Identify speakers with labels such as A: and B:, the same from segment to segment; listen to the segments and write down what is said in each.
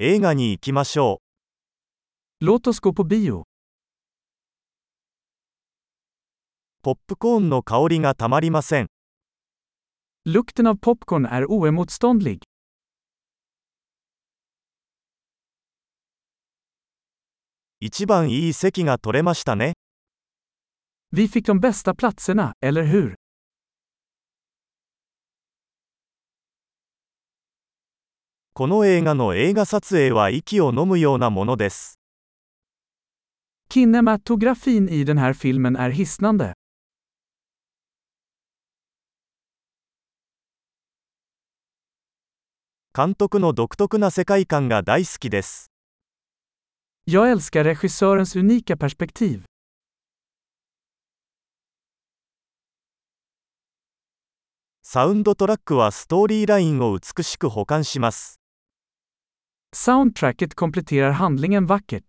A: 映画に行きましょ
B: Låt oss gå på bio.
A: う。ポップコーンの香りがたまりません。
B: Lukten av popcorn är oemotståndlig.
A: 一番いい席が取れましたね。
B: Vi fick de bästa platserna, eller hur?
A: この映画の映画撮影は息を飲むようなものです。
B: Kinematografin i den här filmen är hisnande.
A: 監督の独特な世界観が大好きです。
B: Jag älskar regissörens unika perspektiv.
A: サウンドトラックはストーリーラインを美しく保管します。
B: Soundtracket kompletterar handlingen vackert.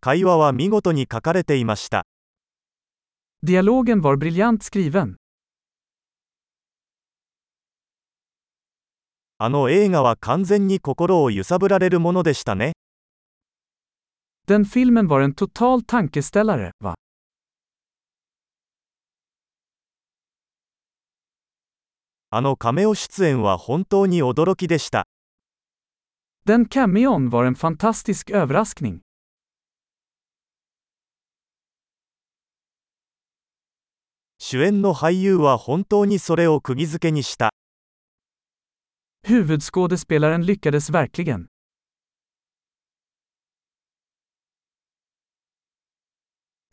A: 会話は見事に書かれていました。
B: Dialogen var briljant skriven.
A: あの映画は完全に心を揺さぶられるものでしたね。
B: Den filmen var en total tankeställare, va?
A: あのカメオ出演は本当に驚きでした。
B: Den cameon var en fantastisk överraskning.
A: 主演の俳優は本当にそれを釘付けにした。
B: Huvudskådespelaren lyckades verkligen.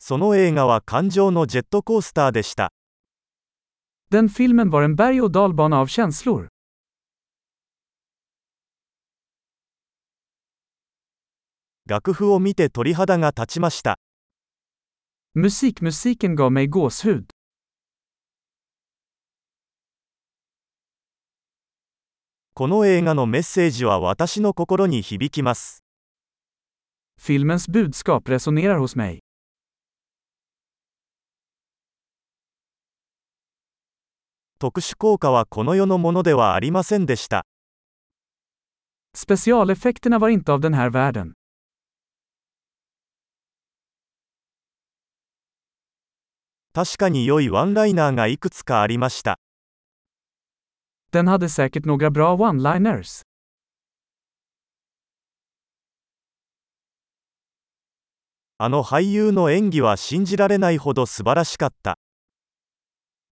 A: その映画は感情のジェットコースターでした。
B: Den filmen var en berg och dalbana av känslor.
A: 楽譜を見て鳥肌が立ちました。
B: Musikmusiken gav mig gåshud.
A: この映画のメッセージは私の心に響きます。
B: Filmens budskap resonerar hos mig.
A: 特殊効果はこの世のものではありませんでした。
B: Specialeffekterna var inte av den här världen.
A: 確かに良いワンライナーがいくつかありました。
B: Den hade säkert några bra one-liners.
A: あの俳優の演技は信じられないほど素晴らしかった。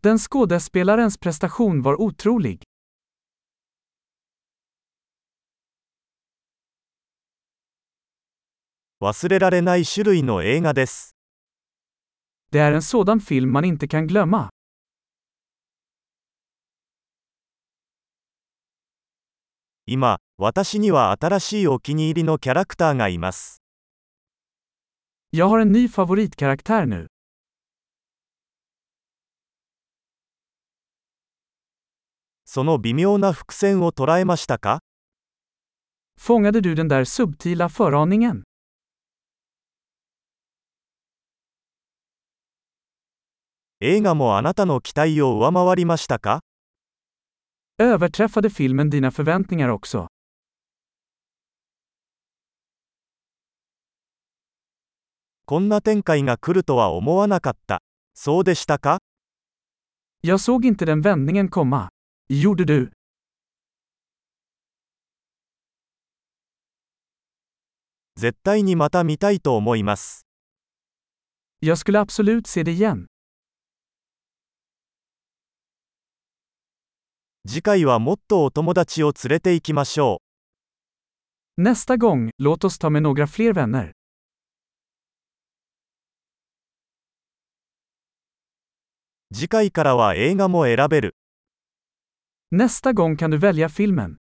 B: Den skådespelarens prestation var otrolig.
A: 忘れられない種類の映画です。
B: Det är en sådan film man inte kan glömma.
A: 今、私には新しいお気に入りのキャラクターがいます。
B: Jag har en ny favoritkaraktär nu.
A: その微妙な伏線を捉えましたか
B: Fångade du den där subtila föraningen?
A: 映画もあなたの期待を上回りましたか
B: Överträffade filmen dina förväntningar också?
A: こんな展開が来るとは思わなかった。そうでしたか
B: Jag såg inte den vändningen komma. Gjorde du?
A: 絶対にまた見たいと思います。
B: Jag skulle absolut se det igen.
A: 次回はもっとお友達を連れて行きましょう。
B: Nästa gång, låt oss ta med några fler vänner.
A: 次回からは映画も選べる。
B: Nästa gång kan du välja filmen.